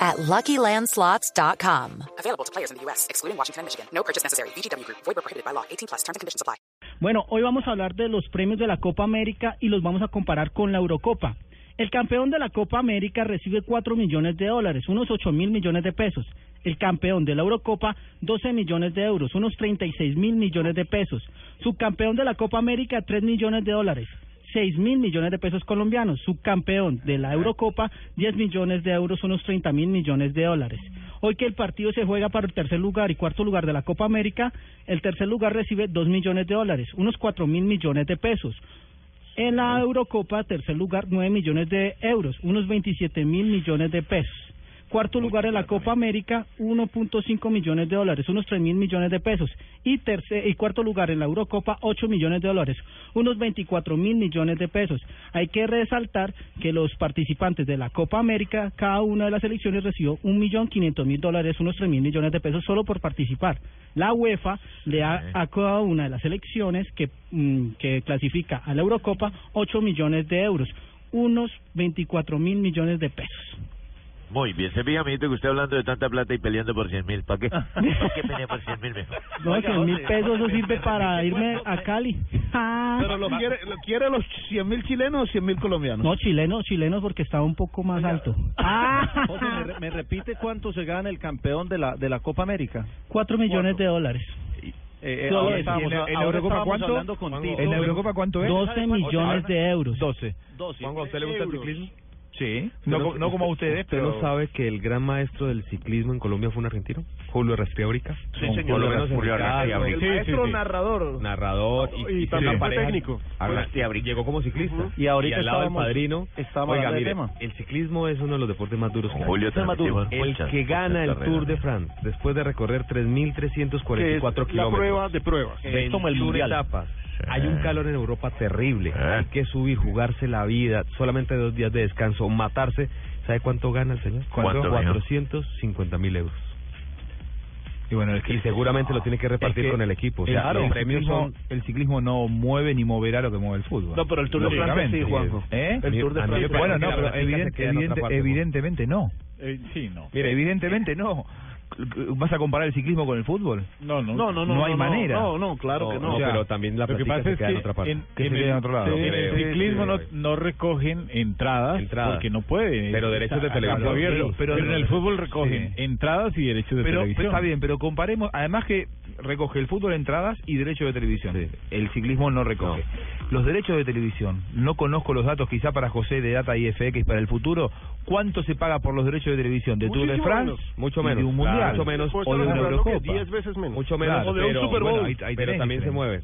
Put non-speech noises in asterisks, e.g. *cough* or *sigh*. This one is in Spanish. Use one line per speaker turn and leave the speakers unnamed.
at LuckyLandSlots.com.
Available to players in the U.S., excluding Washington and Michigan. No purchase necessary. VGW Group. Void where prohibited by law. 18 plus. Terms and conditions apply.
Bueno, hoy vamos a hablar de los premios de la Copa América y los vamos a comparar con la Eurocopa. El campeón de la Copa América recibe 4 millones de dólares, unos 8 mil millones de pesos. El campeón de la Eurocopa, 12 millones de euros, unos 36 mil millones de pesos. Subcampeón de la Copa América, 3 millones de dólares. 6 mil millones de pesos colombianos, subcampeón de la Eurocopa, 10 millones de euros, unos 30 mil millones de dólares. Hoy que el partido se juega para el tercer lugar y cuarto lugar de la Copa América, el tercer lugar recibe 2 millones de dólares, unos 4 mil millones de pesos. En la Eurocopa, tercer lugar, 9 millones de euros, unos 27 mil millones de pesos. Cuarto lugar en la Copa América, 1.5 millones de dólares, unos 3 mil millones de pesos. Y, tercer, y cuarto lugar en la Eurocopa, 8 millones de dólares, unos 24 mil millones de pesos. Hay que resaltar que los participantes de la Copa América, cada una de las elecciones recibió 1.500.000 dólares, unos 3 mil millones de pesos solo por participar. La UEFA le da a cada una de las elecciones que, mm, que clasifica a la Eurocopa 8 millones de euros, unos 24 mil millones de pesos.
Muy bien, se fija, amiguito, que usted hablando de tanta plata y peleando por 100 mil. ¿Para
*laughs*
qué? ¿Por qué pelea por 100 mil mejor?
No,
Oiga,
100 mil
José,
pesos eso
pero-
sirve
pero-
para
pero-
irme a Cali.
Pero lo quiere, lo quiere los 100 mil chilenos o 100 mil colombianos.
No, chilenos, chilenos porque estaba un poco más alto.
Ah.
José, ¿me, re- me repite cuánto se gana el campeón de la, de la Copa América?
Cuatro millones de dólares.
Eh, eh,
Solo
ahora
eso.
estábamos-
¿Y en la-
en la
ahora
Eurocopa
estábamos
cuánto?
hablando con Tito.
¿En la Eurocopa cuánto es?
12 millones de euros.
12.
12.
¿a usted le gusta el ciclismo?
Sí.
No,
¿Usted
co- no como a ustedes,
¿Usted
pero...
no sabe que el gran maestro del ciclismo en Colombia fue un argentino? Julio Rastriabrica.
Sí,
Con
señor.
Por lo menos en
Julio
el caso,
Rastriabrica.
El
el
maestro narrador.
narrador y,
Y también fue técnico.
Ahora, llegó como ciclista.
Y ahorita
al lado del
estábamos-
padrino.
estábamos
Oiga,
hablando del
mire,
tema.
el ciclismo es uno de los deportes más duros. que hay.
Julio transmitimos
El
muchas,
que gana el
muchas
Tour de
carreras.
France después de recorrer
que es
3.344
la
kilómetros.
prueba de pruebas.
Es como el mundial. etapas. Hay un calor en Europa terrible.
Sí.
Hay que subir, jugarse la vida, solamente dos días de descanso, matarse. ¿Sabe cuánto gana el señor?
¿Cuánto, señor?
450 mil euros.
Y bueno, el
Y seguramente lo tiene que repartir
Es que-
con el equipo. O sea,
claro,
los
el
premios
ciclismo,
son...
el ciclismo no mueve ni moverá lo que mueve el fútbol.
No, pero el Tour de Francia
Lógicamente.
sí, Juanjo.
¿Eh?
El Tour de
A mí
Francia.
me parece Bueno, no,
que la
pero
práctica
evidente-
se queda en
evidente-
otra parte, ¿no?
evidentemente no.
Eh,
sí, no.
Mire,
evidentemente no. ¿Vas a comparar el ciclismo con el fútbol?
No, no,
No, hay manera.
No, no, claro que no.
no,
O sea,
pero también la
Lo que
práctica
pasa
se
es
queda
que
en otra parte.
en,
Que
en
se
el,
quede en otro lado.
en
Sí,
el
creo.
ciclismo
Sí,
no,
creo.
no recogen entradas,
Entradas.
porque no pueden.
Pero
Eh,
derechos
está-
de televisión.
Campo abierto.
Sí,
pero,
pero
en el
derechos-
fútbol recogen
sí.
entradas y derechos de
pues,
Pero pues,
televisión.
está bien, pero comparemos, además que recoge el fútbol entradas y derechos de televisión.
Sí.
El ciclismo no recoge. Los derechos de televisión, no conozco los datos quizá para José de Data IFX para el futuro, ¿cuánto se paga por los derechos de televisión de Tour de
Muchísimo
France?
menos.
Mucho
y
menos,
de un
claro.
mundial,
Mucho menos,
o de una
Estamos hablando que
Eurocopa.
10 veces menos.
Mucho menos,
Claro,
pero,
Super Bowl.
bueno, ahí- ahí
Pero
también se
diferente.
mueve.